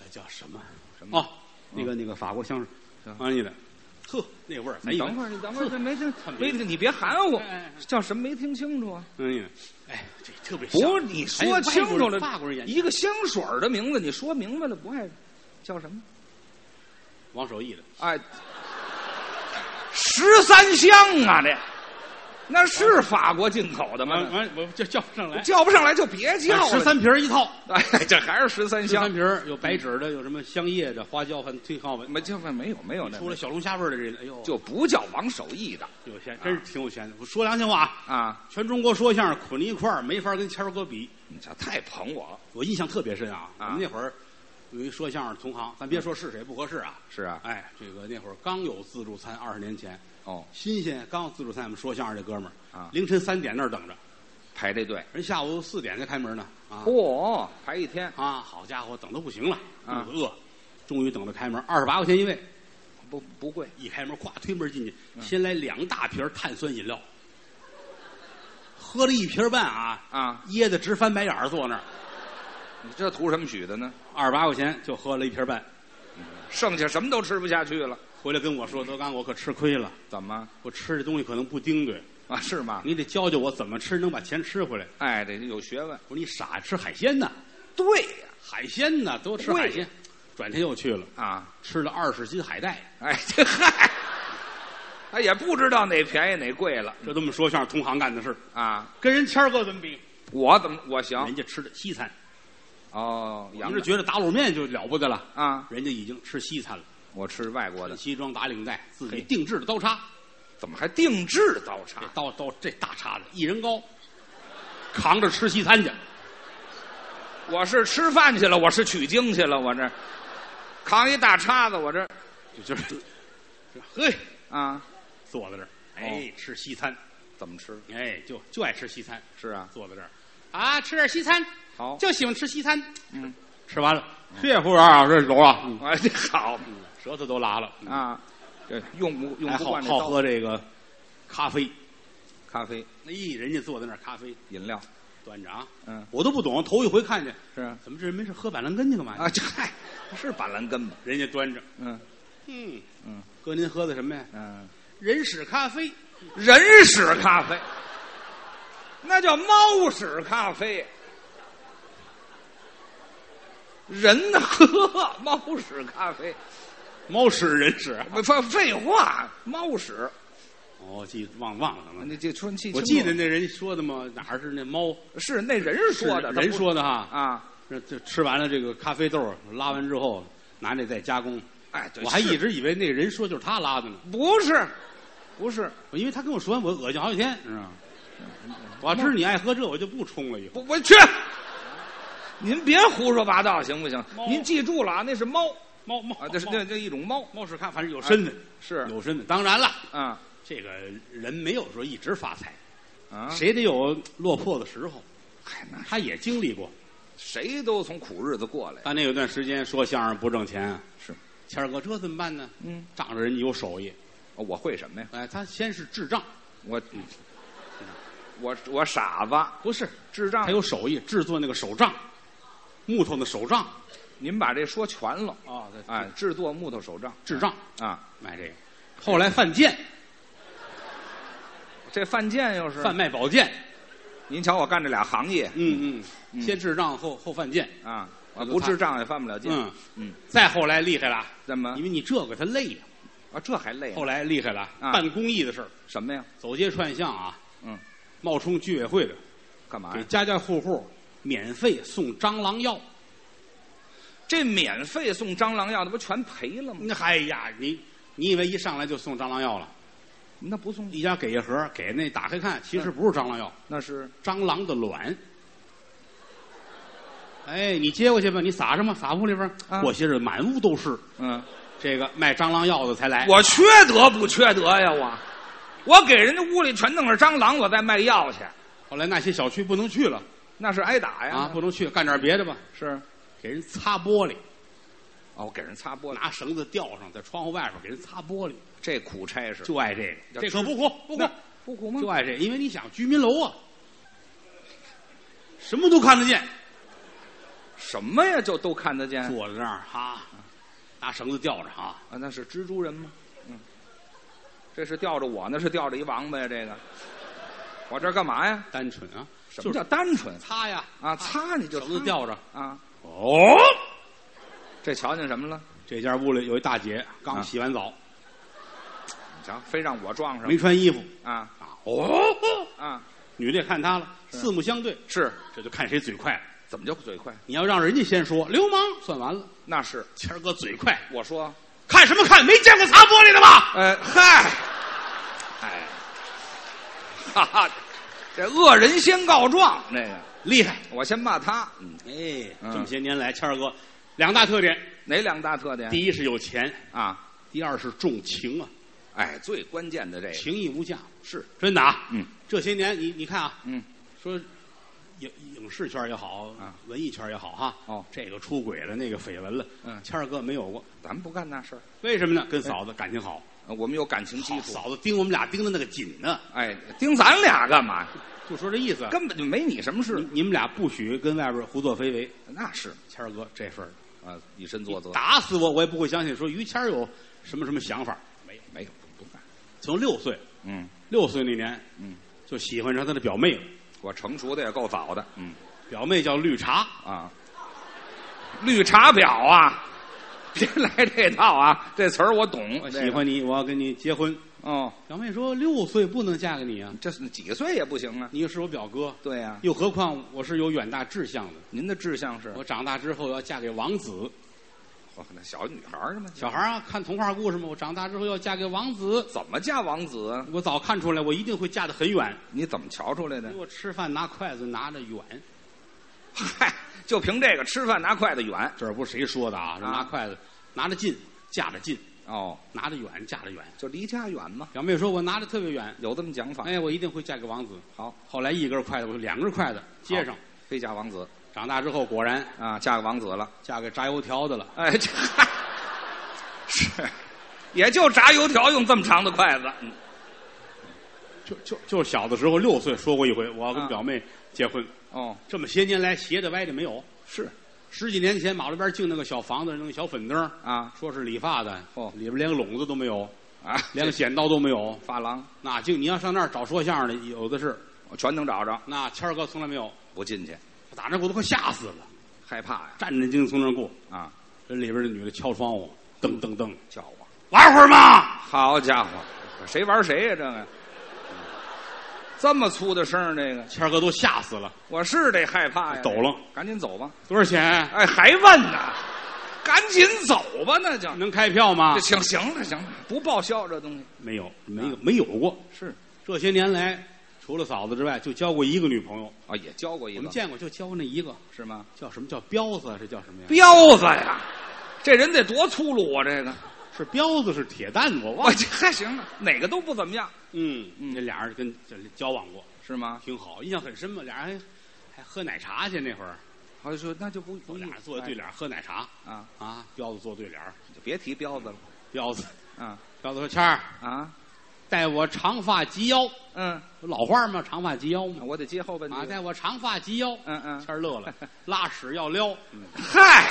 [SPEAKER 1] 那叫什么？
[SPEAKER 2] 什么
[SPEAKER 1] 哦，那
[SPEAKER 2] 嗯
[SPEAKER 1] 个那个法国香水，
[SPEAKER 2] 行
[SPEAKER 1] 安逸的，呵，那味儿，
[SPEAKER 2] 啊你等会
[SPEAKER 1] 儿，
[SPEAKER 2] 儿，你等会儿，没听
[SPEAKER 1] 怎么
[SPEAKER 2] 没听，你别含糊
[SPEAKER 1] 哎哎哎，
[SPEAKER 2] 叫什么没听清楚啊？哎
[SPEAKER 1] 哎呀，哎，这特别
[SPEAKER 2] 不
[SPEAKER 1] 香
[SPEAKER 2] 是你说清楚了，
[SPEAKER 1] 哎法国人眼睛
[SPEAKER 2] 一个香水儿的名字你说明白了，不爱叫什么？
[SPEAKER 1] 王守义的，
[SPEAKER 2] 哎，十三香啊，这那是法国进口的吗？
[SPEAKER 1] 完完我就叫不上来，
[SPEAKER 2] 叫不上来就别叫了。
[SPEAKER 1] 十，三瓶儿一套，
[SPEAKER 2] (laughs) 哎，这还是十三
[SPEAKER 1] 十三
[SPEAKER 2] 香？
[SPEAKER 1] 瓶儿有白芷的，有什么香叶的、花椒粉、青蒿粉，
[SPEAKER 2] 没，就没有没有那
[SPEAKER 1] 出了小龙虾味儿的这个，哎呦，啊
[SPEAKER 2] 就不叫王守义的
[SPEAKER 1] 有钱，真是挺有钱的。我说良心话啊，
[SPEAKER 2] 啊！
[SPEAKER 1] 全中国说相声捆一块儿，没法跟谦儿哥比。
[SPEAKER 2] 你这太捧我了。
[SPEAKER 1] 我印象特别深啊，
[SPEAKER 2] 啊
[SPEAKER 1] 我们那会儿有一说相声同行，咱别说是谁不合适啊。
[SPEAKER 2] 是啊，
[SPEAKER 1] 哎，这个那会儿刚有自助餐，二十年前
[SPEAKER 2] 哦，
[SPEAKER 1] 新鲜，刚有自助餐，我们说相声这哥们儿
[SPEAKER 2] 啊
[SPEAKER 1] 凌晨三点那儿等着，
[SPEAKER 2] 排这队，
[SPEAKER 1] 人下午四点才开门呢啊
[SPEAKER 2] 嚯、排一天
[SPEAKER 1] 啊！好家伙，等的不行了，
[SPEAKER 2] 啊
[SPEAKER 1] 肚子饿，终于等着开门，二十八块钱一位，
[SPEAKER 2] 不不贵，
[SPEAKER 1] 一开门咵推门进去，先来两大瓶碳酸饮料，喝了一瓶半啊
[SPEAKER 2] 啊
[SPEAKER 1] 噎得直翻白眼儿坐那儿，
[SPEAKER 2] 你这图什么许的呢？
[SPEAKER 1] 二十八块钱就喝了一瓶半，
[SPEAKER 2] 剩下什么都吃不下去了，
[SPEAKER 1] 回来跟我说，德刚，我可吃亏了，
[SPEAKER 2] 怎么
[SPEAKER 1] 我吃这东西可能不丁对，
[SPEAKER 2] 啊？是吗？
[SPEAKER 1] 你得教教我怎么吃能把钱吃回来。
[SPEAKER 2] 哎，这有学问。
[SPEAKER 1] 我说你傻，吃海鲜呢，
[SPEAKER 2] 对呀、
[SPEAKER 1] 海鲜呢，多吃海鲜。转天又去了，
[SPEAKER 2] 啊，
[SPEAKER 1] 吃了二十斤海带。
[SPEAKER 2] 哎，这嗨，他也不知道哪便宜哪贵了
[SPEAKER 1] 这都我们说相声同行干的事儿
[SPEAKER 2] 啊。
[SPEAKER 1] 跟人谦儿哥怎么比？
[SPEAKER 2] 我怎么我行？
[SPEAKER 1] 人家吃的西餐，
[SPEAKER 2] 哦，
[SPEAKER 1] 我
[SPEAKER 2] 杨
[SPEAKER 1] 们是觉得打卤面就了不得了，
[SPEAKER 2] 啊，
[SPEAKER 1] 人家已经吃西餐了，
[SPEAKER 2] 我吃外国的，
[SPEAKER 1] 西装打领带，自己
[SPEAKER 2] 嘿
[SPEAKER 1] 定制的刀叉，
[SPEAKER 2] 怎么还定制刀叉
[SPEAKER 1] 这？刀刀这大叉子一人高，扛着吃西餐去。
[SPEAKER 2] 我是吃饭去了，我是取经去了，我这扛一大叉子，我这
[SPEAKER 1] 就就是，嘿，
[SPEAKER 2] 啊，
[SPEAKER 1] 坐在这儿，哎，吃西餐，
[SPEAKER 2] 怎么吃？
[SPEAKER 1] 哎，就就爱吃西餐，
[SPEAKER 2] 是啊，
[SPEAKER 1] 坐在这儿，啊，吃点西餐，
[SPEAKER 2] 好， (laughs)
[SPEAKER 1] 就喜欢吃西餐。
[SPEAKER 2] 嗯，
[SPEAKER 1] (laughs) 吃完了，谢服务员啊，这走了，嗯
[SPEAKER 2] 哎，这好
[SPEAKER 1] 舌头都拉了，
[SPEAKER 2] 啊，这用不用
[SPEAKER 1] 还
[SPEAKER 2] 不
[SPEAKER 1] 好
[SPEAKER 2] 惯这
[SPEAKER 1] 好
[SPEAKER 2] 刀？
[SPEAKER 1] 喝这个咖啡。
[SPEAKER 2] 咖啡、
[SPEAKER 1] 咦，人家坐在那儿，咖啡
[SPEAKER 2] 饮料，
[SPEAKER 1] 端着啊，
[SPEAKER 2] 嗯，
[SPEAKER 1] 我都不懂，头一回看见，
[SPEAKER 2] 是啊，
[SPEAKER 1] 怎么这人没事喝板蓝根去干嘛呀？
[SPEAKER 2] 啊这嗨，是板蓝根吧？
[SPEAKER 1] 人家端着，
[SPEAKER 2] 嗯
[SPEAKER 1] 嗯
[SPEAKER 2] 嗯，
[SPEAKER 1] 哥您喝的什么呀？
[SPEAKER 2] 嗯，
[SPEAKER 1] 人屎咖啡，
[SPEAKER 2] 人屎咖啡，那叫猫屎咖啡。人 (laughs) 喝猫屎咖啡，
[SPEAKER 1] 猫屎人屎。
[SPEAKER 2] 不不废话，猫屎。
[SPEAKER 1] 哦，记忘忘了
[SPEAKER 2] 你这春气，
[SPEAKER 1] 我记得那人说的嘛，哪儿是那猫
[SPEAKER 2] 是那人说的，
[SPEAKER 1] 是
[SPEAKER 2] 他不
[SPEAKER 1] 人说的哈。
[SPEAKER 2] 啊，
[SPEAKER 1] 这这吃完了这个咖啡豆，拉完之后拿那再加工。
[SPEAKER 2] 哎，对
[SPEAKER 1] 我还
[SPEAKER 2] 是
[SPEAKER 1] 一直以为那个人说就是他拉的呢，
[SPEAKER 2] 不是，不是，
[SPEAKER 1] 我因为他跟我说完，我恶心好几嗯天，知道吗？我要知道你爱喝这，我就不冲了。以后
[SPEAKER 2] 不，我去，您别胡说八道行不行？
[SPEAKER 1] 猫
[SPEAKER 2] 您记住了啊，那是猫
[SPEAKER 1] 猫猫
[SPEAKER 2] 啊，这是
[SPEAKER 1] 猫
[SPEAKER 2] 这这一种猫
[SPEAKER 1] 猫屎看，反正有身份，
[SPEAKER 2] 是
[SPEAKER 1] 有身份。当然了，
[SPEAKER 2] 啊
[SPEAKER 1] 这个人没有说一直发财，
[SPEAKER 2] 啊，
[SPEAKER 1] 谁得有落魄的时候，
[SPEAKER 2] 嗨那
[SPEAKER 1] 他也经历过。
[SPEAKER 2] 谁都从苦日子过来
[SPEAKER 1] 但那有段时间说相声不挣钱啊，
[SPEAKER 2] 是，
[SPEAKER 1] 谦儿哥这怎么办呢？
[SPEAKER 2] 嗯，
[SPEAKER 1] 仗着人家有手艺，
[SPEAKER 2] 哦我会什么呀？
[SPEAKER 1] 哎，他先是智障，
[SPEAKER 2] 我我我傻子，
[SPEAKER 1] 嗯不是
[SPEAKER 2] 智障
[SPEAKER 1] 他。有手艺制作那个手杖，木头的手杖
[SPEAKER 2] 您把这说全了
[SPEAKER 1] 啊，对
[SPEAKER 2] 啊，制作木头手杖
[SPEAKER 1] 智障
[SPEAKER 2] 啊，
[SPEAKER 1] 卖这个。后来犯贱，
[SPEAKER 2] 这犯贱又是
[SPEAKER 1] 贩卖宝剑，
[SPEAKER 2] 您瞧我干这俩行业
[SPEAKER 1] 嗯嗯，先智障后后犯贱，
[SPEAKER 2] 啊，我
[SPEAKER 1] 这
[SPEAKER 2] 不
[SPEAKER 1] 都
[SPEAKER 2] 智障也犯不了贱。
[SPEAKER 1] 嗯
[SPEAKER 2] 嗯，啊
[SPEAKER 1] 再后来厉害了，
[SPEAKER 2] 怎么
[SPEAKER 1] 因为你这个他累呀。
[SPEAKER 2] 啊？这还累啊
[SPEAKER 1] 后来厉害了，
[SPEAKER 2] 啊
[SPEAKER 1] 办公益的事儿，
[SPEAKER 2] 什么呀？
[SPEAKER 1] 走街串巷啊，
[SPEAKER 2] 嗯，哎
[SPEAKER 1] 冒充居委会的，
[SPEAKER 2] 干嘛
[SPEAKER 1] 给
[SPEAKER 2] 呀？
[SPEAKER 1] 家家户户免费送蟑螂药。
[SPEAKER 2] 这免费送蟑螂药，那不全赔了吗？
[SPEAKER 1] 那哎呀，你你以为一上来就送蟑螂药了？嗯
[SPEAKER 2] 那不送，
[SPEAKER 1] 一家给一盒，给那打开看，其实不是蟑螂药，
[SPEAKER 2] 那是
[SPEAKER 1] 蟑螂的卵。哎，你接过去吧，你撒上吧，撒屋里边儿。
[SPEAKER 2] 啊
[SPEAKER 1] 过些日子满屋都是
[SPEAKER 2] 嗯，
[SPEAKER 1] 这个卖蟑螂药的才来。
[SPEAKER 2] 我缺德不缺德呀？我我给人家屋里全弄着蟑螂，我再卖药去，
[SPEAKER 1] 后来那些小区不能去了
[SPEAKER 2] 那是挨打哎呀。
[SPEAKER 1] 啊，不能去，干点别的吧，
[SPEAKER 2] 是
[SPEAKER 1] 给人擦玻璃，
[SPEAKER 2] 哦，给人擦玻璃，
[SPEAKER 1] 拿绳子吊上，在窗户外边给人擦玻璃，
[SPEAKER 2] 这苦差事
[SPEAKER 1] 就爱这
[SPEAKER 2] 要
[SPEAKER 1] 个，这可
[SPEAKER 2] 吃
[SPEAKER 1] 不苦不苦，
[SPEAKER 2] 不苦
[SPEAKER 1] 就
[SPEAKER 2] 吗？
[SPEAKER 1] 爱这个，因为你想居民楼啊，什么都看得见，
[SPEAKER 2] 什么呀？就都看得见
[SPEAKER 1] 坐在那儿哈，拿绳子吊着哈，
[SPEAKER 2] 啊？那是蜘蛛人吗？嗯，这是吊着我，那是吊着一王八呀？这个，我这干嘛呀？
[SPEAKER 1] 单纯啊，
[SPEAKER 2] 什
[SPEAKER 1] 就
[SPEAKER 2] 么
[SPEAKER 1] 是
[SPEAKER 2] 叫单纯
[SPEAKER 1] 擦呀
[SPEAKER 2] 啊？擦你就
[SPEAKER 1] 绳子
[SPEAKER 2] 擦
[SPEAKER 1] 吊着
[SPEAKER 2] 啊？
[SPEAKER 1] 哦。
[SPEAKER 2] 这瞧见什么了？
[SPEAKER 1] 这家屋里有一大姐
[SPEAKER 2] 啊
[SPEAKER 1] 刚洗完澡，
[SPEAKER 2] 你瞧，非让我撞上
[SPEAKER 1] 没穿衣服
[SPEAKER 2] 啊
[SPEAKER 1] 啊，哦，
[SPEAKER 2] 啊！
[SPEAKER 1] 女的也看她了，四目相对，
[SPEAKER 2] 是
[SPEAKER 1] 这就看谁嘴快了。
[SPEAKER 2] 怎么就嘴快？
[SPEAKER 1] 你要让人家先说流氓，算完了。
[SPEAKER 2] 那是
[SPEAKER 1] 谦儿哥嘴快，
[SPEAKER 2] 我说，
[SPEAKER 1] 看什么看？没见过擦玻璃的吧？
[SPEAKER 2] 呃，嗨，哎，哈哈，这恶人先告状，那个
[SPEAKER 1] 厉害！
[SPEAKER 2] 我先骂他。嗯，
[SPEAKER 1] 哎，
[SPEAKER 2] 嗯
[SPEAKER 1] 这么些年来，谦儿哥嗯两大特点：
[SPEAKER 2] 哪两大特点？
[SPEAKER 1] 第一是有钱，
[SPEAKER 2] 啊，
[SPEAKER 1] 第二是重情啊，
[SPEAKER 2] 哎，最关键的这个
[SPEAKER 1] 情义无价，
[SPEAKER 2] 是，
[SPEAKER 1] 真的啊。
[SPEAKER 2] 嗯，
[SPEAKER 1] 这些年你你看啊，
[SPEAKER 2] 嗯，
[SPEAKER 1] 说影影视圈也好，
[SPEAKER 2] 啊
[SPEAKER 1] 文艺圈也好哈，
[SPEAKER 2] 哦
[SPEAKER 1] 这个出轨了，那个绯闻了，
[SPEAKER 2] 嗯
[SPEAKER 1] 谦儿哥没有过。
[SPEAKER 2] 咱们不干那事儿，
[SPEAKER 1] 为什么呢？跟哎嫂子感情好，
[SPEAKER 2] 呃我们有感情基
[SPEAKER 1] 好
[SPEAKER 2] 础。
[SPEAKER 1] 嫂子盯我们俩盯的那个紧呢，
[SPEAKER 2] 哎，盯咱俩干嘛？
[SPEAKER 1] 就说这意思。
[SPEAKER 2] 根本就没你什么
[SPEAKER 1] 你
[SPEAKER 2] 事。
[SPEAKER 1] 你们俩不许跟外边胡作非为。
[SPEAKER 2] 那是
[SPEAKER 1] 谦儿哥这份儿，
[SPEAKER 2] 啊，以身作则，
[SPEAKER 1] 打死我我也不会相信说于谦儿有什么什么想法。没有，
[SPEAKER 2] 没有不不干。
[SPEAKER 1] 从六岁，
[SPEAKER 2] 嗯，
[SPEAKER 1] 六岁那年，
[SPEAKER 2] 嗯，
[SPEAKER 1] 就喜欢上他的表妹了。
[SPEAKER 2] 我成熟的也够早的。嗯。
[SPEAKER 1] 表妹叫绿茶，
[SPEAKER 2] 啊，绿茶婊啊， (laughs) 别来这套啊！这词儿我懂，
[SPEAKER 1] 我
[SPEAKER 2] 这
[SPEAKER 1] 喜
[SPEAKER 2] 个
[SPEAKER 1] 欢你，我要跟你结婚。
[SPEAKER 2] 哦。
[SPEAKER 1] 表妹说六岁不能嫁给你啊，
[SPEAKER 2] 这是几岁也不行啊？
[SPEAKER 1] 你又是我表哥，
[SPEAKER 2] 对呀、
[SPEAKER 1] 又何况我是有远大志向的。
[SPEAKER 2] 您的志向是？
[SPEAKER 1] 我长大之后要嫁给王子，
[SPEAKER 2] 我那小女孩儿嘛，
[SPEAKER 1] 小孩儿啊，看童话故事嘛。我长大之后要嫁给王子，
[SPEAKER 2] 怎么嫁王子啊？
[SPEAKER 1] 我早看出来，我一定会嫁得很远。
[SPEAKER 2] 你怎么瞧出来
[SPEAKER 1] 因
[SPEAKER 2] 的
[SPEAKER 1] 为？我吃饭拿筷子拿得远，
[SPEAKER 2] 嗨，就凭这个吃饭拿筷子远
[SPEAKER 1] 这不是谁说的啊？是拿筷子拿得近，嫁得近；
[SPEAKER 2] 哦，
[SPEAKER 1] 拿得远，嫁得远。
[SPEAKER 2] 就离家远嘛，
[SPEAKER 1] 表妹说，我拿得特别远，
[SPEAKER 2] 有这么讲法。
[SPEAKER 1] 哎，我一定会嫁给王子。
[SPEAKER 2] 好，
[SPEAKER 1] 后来一根筷子，我两根筷子接上。
[SPEAKER 2] 非嫁王子
[SPEAKER 1] 长大之后，果然
[SPEAKER 2] 啊，嫁给王子了。
[SPEAKER 1] 嫁给炸油条的了。
[SPEAKER 2] 哎，这 (laughs) 是，也就炸油条用这么长的筷子。嗯
[SPEAKER 1] 就就就是小的时候六岁说过一回，我要
[SPEAKER 2] 啊
[SPEAKER 1] 跟表妹结婚。
[SPEAKER 2] 哦，
[SPEAKER 1] 这么些年来，斜的歪的没有。
[SPEAKER 2] 是
[SPEAKER 1] 十几年前，马路边进那个小房子，弄个小粉灯儿，
[SPEAKER 2] 啊，
[SPEAKER 1] 说是理发的，
[SPEAKER 2] 哦
[SPEAKER 1] 里边连个笼子都没有，
[SPEAKER 2] 啊，
[SPEAKER 1] 连个剪刀都没有。
[SPEAKER 2] 发廊
[SPEAKER 1] 那净你要上那儿找说相声的，有的是。
[SPEAKER 2] 我全能找着，
[SPEAKER 1] 那谦儿哥从来没有，
[SPEAKER 2] 不进去，
[SPEAKER 1] 打那儿我都快吓死了，
[SPEAKER 2] 害怕呀
[SPEAKER 1] 战战兢兢从那儿过。
[SPEAKER 2] 啊！
[SPEAKER 1] 这里边的女的敲窗户，噔噔噔，
[SPEAKER 2] 叫我，
[SPEAKER 1] 玩会儿嘛。
[SPEAKER 2] 好家伙，谁玩谁呀、这个嗯这么粗的声儿，这个
[SPEAKER 1] 谦儿哥都吓死了，
[SPEAKER 2] 我是得害哎怕呀，
[SPEAKER 1] 抖了，
[SPEAKER 2] 赶紧走吧！
[SPEAKER 1] 多少钱？
[SPEAKER 2] 哎，还问呢，赶紧走吧，那就
[SPEAKER 1] 能开票吗
[SPEAKER 2] 这？行行了行了，不报销这东西
[SPEAKER 1] 没有，没有，没有过。
[SPEAKER 2] 是
[SPEAKER 1] 这些年来，除了嫂子之外，就交过一个女朋友。
[SPEAKER 2] 啊，也交过一
[SPEAKER 1] 我
[SPEAKER 2] 个
[SPEAKER 1] 们，见过，就交过那一个，
[SPEAKER 2] 是吗？
[SPEAKER 1] 叫什么叫彪子？是叫什么呀？
[SPEAKER 2] 彪子呀，这人得多粗鲁啊！这个，
[SPEAKER 1] 是彪子是铁蛋，我忘
[SPEAKER 2] 我
[SPEAKER 1] 了。
[SPEAKER 2] 这还行了，哪个都不怎么样，
[SPEAKER 1] 嗯，
[SPEAKER 2] 嗯
[SPEAKER 1] 那俩人跟这交往过，
[SPEAKER 2] 是吗？
[SPEAKER 1] 挺好，印象很深嘛。俩人还还喝奶茶去那会儿，
[SPEAKER 2] 好就说那就不
[SPEAKER 1] 我
[SPEAKER 2] 不
[SPEAKER 1] 俩人坐在对
[SPEAKER 2] 了
[SPEAKER 1] 脸喝奶茶
[SPEAKER 2] 啊，
[SPEAKER 1] 啊，彪子坐对脸，
[SPEAKER 2] 就别提彪子了
[SPEAKER 1] 彪子
[SPEAKER 2] 啊
[SPEAKER 1] 彪子说：“谦儿，
[SPEAKER 2] 啊
[SPEAKER 1] 带我长发及腰，
[SPEAKER 2] 嗯，
[SPEAKER 1] 老话嘛，长发及腰嘛。
[SPEAKER 2] 我得接后半句
[SPEAKER 1] 啊，带我长发及腰。
[SPEAKER 2] 嗯嗯
[SPEAKER 1] 谦，儿乐了，拉屎要撩。
[SPEAKER 2] 嗨，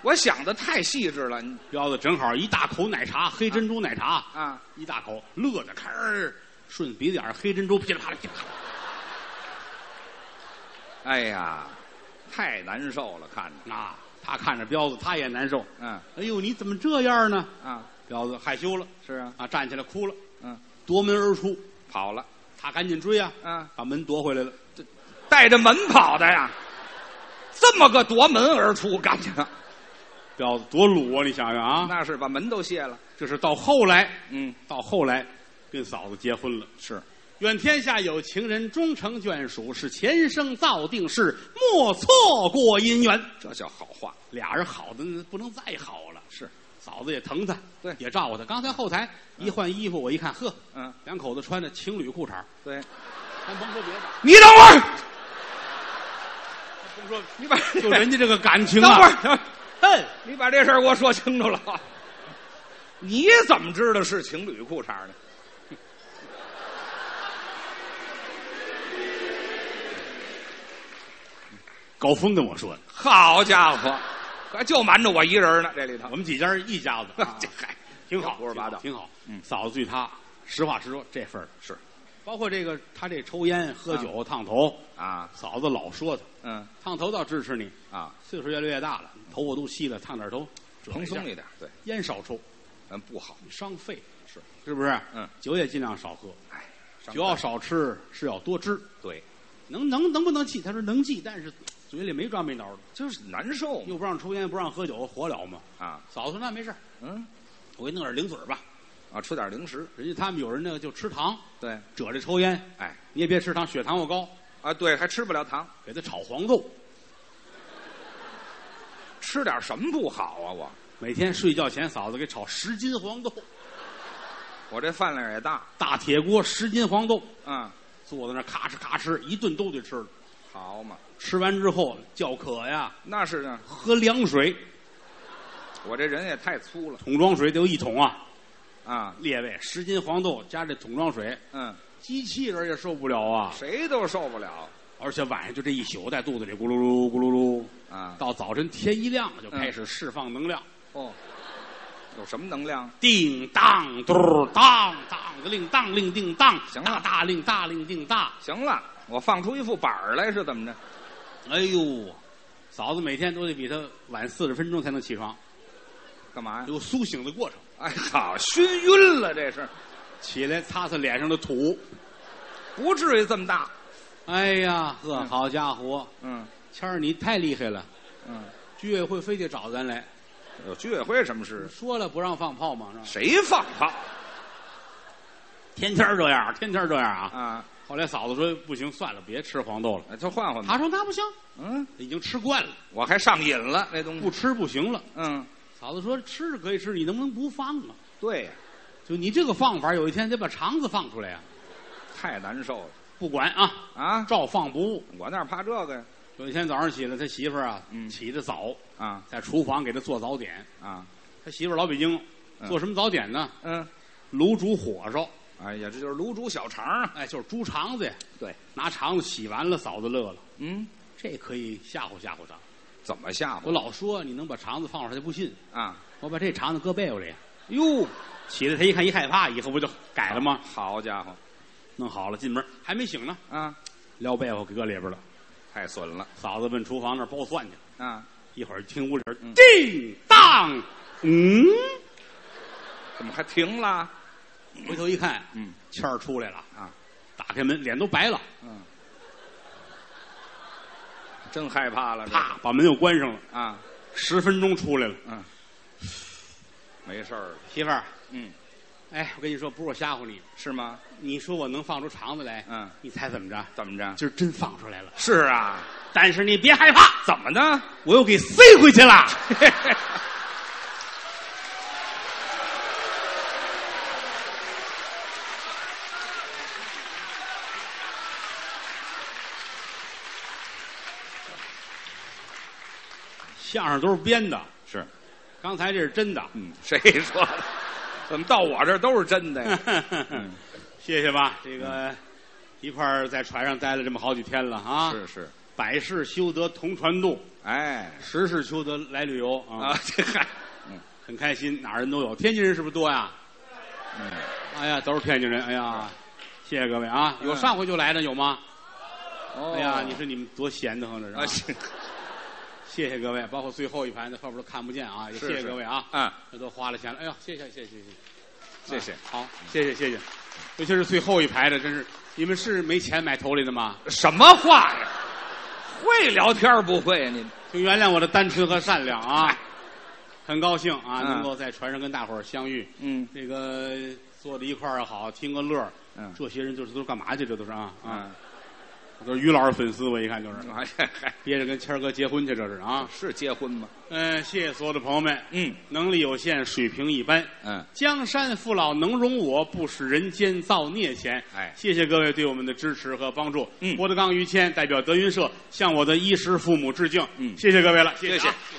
[SPEAKER 2] 我想的太细致了，你
[SPEAKER 1] 彪子正好一大口奶茶，黑珍珠奶茶，
[SPEAKER 2] 啊，
[SPEAKER 1] 一大口，乐得开儿，顺鼻子眼儿黑珍珠噼里啪啦噼里啪啦。
[SPEAKER 2] 哎呀，太难受了，看着，
[SPEAKER 1] 啊，他看着彪子，他也难受。
[SPEAKER 2] 嗯
[SPEAKER 1] 哎呦，你怎么这样呢？
[SPEAKER 2] 啊，
[SPEAKER 1] 彪子害羞了
[SPEAKER 2] 是啊，
[SPEAKER 1] 啊，站起来哭了，
[SPEAKER 2] 嗯，
[SPEAKER 1] 夺门而出。
[SPEAKER 2] 跑了
[SPEAKER 1] 他赶紧追啊，
[SPEAKER 2] 啊，
[SPEAKER 1] 把门夺回来了。
[SPEAKER 2] 带着门跑的呀，这么个夺门而出，感情
[SPEAKER 1] 彪子多鲁啊！你想想啊，
[SPEAKER 2] 那是把门都卸了，
[SPEAKER 1] 这是到后来，
[SPEAKER 2] 嗯，
[SPEAKER 1] 到后来跟嫂子结婚了。
[SPEAKER 2] 是，
[SPEAKER 1] 愿天下有情人终成眷属，是前生造定事，莫错过姻缘。
[SPEAKER 2] 这叫好话，
[SPEAKER 1] 俩人好的不能再好了，
[SPEAKER 2] 是，
[SPEAKER 1] 嫂子也疼他，
[SPEAKER 2] 对
[SPEAKER 1] 也照顾他。刚才后台一换衣服，我一看，呵，
[SPEAKER 2] 嗯，
[SPEAKER 1] 两口子穿着情侣裤衩儿
[SPEAKER 2] 对，
[SPEAKER 1] 咱甭说别的，
[SPEAKER 2] 你等会儿，
[SPEAKER 1] 甭说，
[SPEAKER 2] 你把
[SPEAKER 1] (laughs) 就人家这个感情
[SPEAKER 2] 等会
[SPEAKER 1] 啊，
[SPEAKER 2] 儿，等会儿
[SPEAKER 1] 哼，
[SPEAKER 2] 你把这事儿给我说清楚了。你怎么知道是情侣裤衩呢？
[SPEAKER 1] 高峰跟我说的，
[SPEAKER 2] 好家伙，还就瞒着我一人呢，这里头
[SPEAKER 1] 我。们几家一家
[SPEAKER 2] (laughs)
[SPEAKER 1] 子，啊
[SPEAKER 2] 啊这嗨，
[SPEAKER 1] 挺好，
[SPEAKER 2] 胡说八道
[SPEAKER 1] 挺好。
[SPEAKER 2] 嗯
[SPEAKER 1] 嫂子对他，实话实说，这份儿
[SPEAKER 2] 是
[SPEAKER 1] 包括这个他这抽烟、喝酒、烫头，
[SPEAKER 2] 啊，
[SPEAKER 1] 嫂子老说他，
[SPEAKER 2] 嗯
[SPEAKER 1] 烫头倒支持你，
[SPEAKER 2] 啊，
[SPEAKER 1] 岁数越来越大了，头发都稀了，烫点头，折
[SPEAKER 2] 蓬
[SPEAKER 1] 一下
[SPEAKER 2] 松一点，对，
[SPEAKER 1] 烟少抽，
[SPEAKER 2] 嗯，不好，
[SPEAKER 1] 伤肺，
[SPEAKER 2] 是
[SPEAKER 1] 是不是？
[SPEAKER 2] 嗯，
[SPEAKER 1] 酒也尽量少喝，
[SPEAKER 2] 哎，伤
[SPEAKER 1] 酒要
[SPEAKER 2] 肝
[SPEAKER 1] 少吃，是要多吃。
[SPEAKER 2] 对，
[SPEAKER 1] 能能能不能记？他说能记，但是嘴里没抓没挠的，
[SPEAKER 2] 就是难受嘛
[SPEAKER 1] 又不让抽烟，不让喝酒，活了吗？
[SPEAKER 2] 啊，
[SPEAKER 1] 嫂子说那没事儿，
[SPEAKER 2] 嗯
[SPEAKER 1] 我给你弄点零嘴儿吧。
[SPEAKER 2] 啊，吃点零食，
[SPEAKER 1] 人家他们有人那个就吃糖，
[SPEAKER 2] 对，
[SPEAKER 1] 褶着抽烟，
[SPEAKER 2] 哎
[SPEAKER 1] 你也别吃糖，血糖又高，
[SPEAKER 2] 啊，对，还吃不了糖，
[SPEAKER 1] 给他炒黄豆，
[SPEAKER 2] 吃点什么不好啊？我
[SPEAKER 1] 每天睡觉前嫂子给炒十斤黄豆，
[SPEAKER 2] 我这饭量也大，
[SPEAKER 1] 大铁锅十斤黄豆，
[SPEAKER 2] 嗯，
[SPEAKER 1] 坐在那儿咔哧咔哧，一顿都得吃了。
[SPEAKER 2] 好嘛，
[SPEAKER 1] 吃完之后叫渴呀，
[SPEAKER 2] 那是啊，
[SPEAKER 1] 喝凉水，
[SPEAKER 2] 我这人也太粗了
[SPEAKER 1] 桶装水得有一桶啊。
[SPEAKER 2] 啊，
[SPEAKER 1] 列位，十斤黄豆加这桶装水，
[SPEAKER 2] 嗯，
[SPEAKER 1] 机器人也受不了啊！
[SPEAKER 2] 谁都受不了
[SPEAKER 1] 而且晚上就这一宿在肚子里咕噜噜咕噜噜，
[SPEAKER 2] 啊。
[SPEAKER 1] 到早晨天一亮就开始释放能量，
[SPEAKER 2] 哦，有什么能量？
[SPEAKER 1] 叮当嘟儿当当个令当令叮当，
[SPEAKER 2] 行
[SPEAKER 1] 大
[SPEAKER 2] 了
[SPEAKER 1] 大令大令叮大。
[SPEAKER 2] 行了，我放出一副板儿来是怎么着？
[SPEAKER 1] 哎呦，嫂子每天都得比他晚四十分钟才能起床，
[SPEAKER 2] 干嘛呀？
[SPEAKER 1] 有苏醒的过程。
[SPEAKER 2] 哎，好，熏晕了这是，
[SPEAKER 1] 起来擦擦脸上的土，
[SPEAKER 2] 不至于这么大。
[SPEAKER 1] 哎呀呵，好家伙，
[SPEAKER 2] 嗯
[SPEAKER 1] 谦儿你太厉害了！
[SPEAKER 2] 嗯，
[SPEAKER 1] 居委会非得找咱来，
[SPEAKER 2] 有居委会什么事？
[SPEAKER 1] 说了不让放炮嘛，是吧？
[SPEAKER 2] 谁放炮
[SPEAKER 1] 天天这样，天天这样啊！
[SPEAKER 2] 啊？
[SPEAKER 1] 后来嫂子说不行，算了，别吃黄豆了。
[SPEAKER 2] 哎就换换吧。
[SPEAKER 1] 他说那不行，
[SPEAKER 2] 嗯，
[SPEAKER 1] 已经吃惯了，
[SPEAKER 2] 我还上瘾了那东
[SPEAKER 1] 不
[SPEAKER 2] 西。
[SPEAKER 1] 吃不行了。
[SPEAKER 2] 嗯，
[SPEAKER 1] 嫂子说吃是可以吃，你能不能不放啊？
[SPEAKER 2] 对呀，
[SPEAKER 1] 就你这个放法，有一天得把肠子放出来啊！
[SPEAKER 2] 太难受了
[SPEAKER 1] 不管啊，
[SPEAKER 2] 啊！
[SPEAKER 1] 照放不误。
[SPEAKER 2] 我哪怕这个呀？
[SPEAKER 1] 有一天早上起来，他媳妇儿啊，
[SPEAKER 2] 嗯
[SPEAKER 1] 起得早，
[SPEAKER 2] 啊
[SPEAKER 1] 在厨房给他做早点。
[SPEAKER 2] 啊，
[SPEAKER 1] 他媳妇儿老北京，
[SPEAKER 2] 嗯
[SPEAKER 1] 做什么早点呢？
[SPEAKER 2] 嗯，
[SPEAKER 1] 卤煮火烧，
[SPEAKER 2] 哎呀，这就是卤煮小肠啊。
[SPEAKER 1] 哎，就是猪肠子呀。
[SPEAKER 2] 对，
[SPEAKER 1] 拿肠子洗完了，嫂子乐了，
[SPEAKER 2] 嗯，
[SPEAKER 1] 这可以吓唬吓唬他。
[SPEAKER 2] 怎么吓唬
[SPEAKER 1] 我老说你能把肠子放出来，他不信。
[SPEAKER 2] 啊？
[SPEAKER 1] 我把这肠子搁被窝里，
[SPEAKER 2] 哟，
[SPEAKER 1] 起来他一看一害怕，以后不就改了吗？
[SPEAKER 2] 好家伙
[SPEAKER 1] 弄好了，进门还没醒呢，
[SPEAKER 2] 啊，
[SPEAKER 1] 撩被窝搁里边了。
[SPEAKER 2] 太损了
[SPEAKER 1] 嫂子问厨房那儿剥蒜去，
[SPEAKER 2] 啊！
[SPEAKER 1] 一会儿听屋里边
[SPEAKER 2] 嗯
[SPEAKER 1] 叮当，嗯，
[SPEAKER 2] 怎么还停了？
[SPEAKER 1] 回头一看，
[SPEAKER 2] 嗯
[SPEAKER 1] 谦儿出来了
[SPEAKER 2] 啊，
[SPEAKER 1] 打开门脸都白了，
[SPEAKER 2] 嗯，真害怕了，这
[SPEAKER 1] 啪把门又关上了。
[SPEAKER 2] 个啊，
[SPEAKER 1] 十分钟出来了，
[SPEAKER 2] 嗯，没事儿了，
[SPEAKER 1] 媳妇儿，
[SPEAKER 2] 嗯，
[SPEAKER 1] 哎，我跟你说，不是我吓唬你，
[SPEAKER 2] 是吗？
[SPEAKER 1] 你说我能放出肠子来，
[SPEAKER 2] 嗯，
[SPEAKER 1] 你猜怎么着？
[SPEAKER 2] 怎么着？
[SPEAKER 1] 今儿真放出来了，
[SPEAKER 2] 是啊，
[SPEAKER 1] 但是你别害怕，
[SPEAKER 2] 怎么呢？
[SPEAKER 1] 我又给塞回去了。相声都是编的，
[SPEAKER 2] 是，
[SPEAKER 1] 刚才这是真的。
[SPEAKER 2] 嗯，谁说的？怎么到我这儿都是真的呀？嗯
[SPEAKER 1] 谢谢吧，这个一块儿在船上待了这么好几天了啊。
[SPEAKER 2] (laughs) 是是，
[SPEAKER 1] 百事修得同船渡，
[SPEAKER 2] 哎
[SPEAKER 1] 十事修得来旅游啊
[SPEAKER 2] 啊，，这还，嗯
[SPEAKER 1] 很开心，哪儿人都有。天津人是不是多呀？
[SPEAKER 2] 嗯，
[SPEAKER 1] 哎呀，都是天津人。哎呀，谢谢各位啊！有
[SPEAKER 2] 嗯
[SPEAKER 1] 上回就来的有吗？
[SPEAKER 2] 哦
[SPEAKER 1] 哎呀，你说你们多闲得慌，这是吧
[SPEAKER 2] 啊，？是
[SPEAKER 1] 谢谢各位，包括最后一排那后边都看不见啊，也
[SPEAKER 2] 是
[SPEAKER 1] 谢谢
[SPEAKER 2] 是
[SPEAKER 1] 各位啊，
[SPEAKER 2] 啊，
[SPEAKER 1] 这都花了钱了。哎呀，谢谢谢谢谢谢。
[SPEAKER 2] 谢谢
[SPEAKER 1] 啊，好，谢谢谢谢，尤其是最后一排的，真是你们是没钱买头里的吗？
[SPEAKER 2] 什么话呀？会聊天儿不会呀？你
[SPEAKER 1] 请原谅我的单纯和善良啊
[SPEAKER 2] (laughs) 哎，
[SPEAKER 1] 很高兴啊，
[SPEAKER 2] 嗯
[SPEAKER 1] 能够在船上跟大伙儿相遇，
[SPEAKER 2] 嗯
[SPEAKER 1] 这个坐在一块儿也好，听个乐儿
[SPEAKER 2] 嗯
[SPEAKER 1] 这些人就是都是干嘛去？这都是啊啊，
[SPEAKER 2] 啊，
[SPEAKER 1] 都是于老师粉丝，我一看就是啊
[SPEAKER 2] 哎嗨，
[SPEAKER 1] 憋着跟谦儿哥结婚去，这是啊。
[SPEAKER 2] 是结婚吗？
[SPEAKER 1] 嗯、谢谢所有的朋友们，
[SPEAKER 2] 嗯
[SPEAKER 1] 能力有限，水平一般。
[SPEAKER 2] 嗯，
[SPEAKER 1] 江山父老能容我，不使人间造孽钱。
[SPEAKER 2] 哎
[SPEAKER 1] 谢谢各位对我们的支持和帮助。
[SPEAKER 2] 嗯
[SPEAKER 1] 郭德纲、于谦代表德云社向我的衣食父母致敬。
[SPEAKER 2] 嗯
[SPEAKER 1] 谢谢各位了，谢
[SPEAKER 2] 谢
[SPEAKER 1] 谢啊
[SPEAKER 2] 谢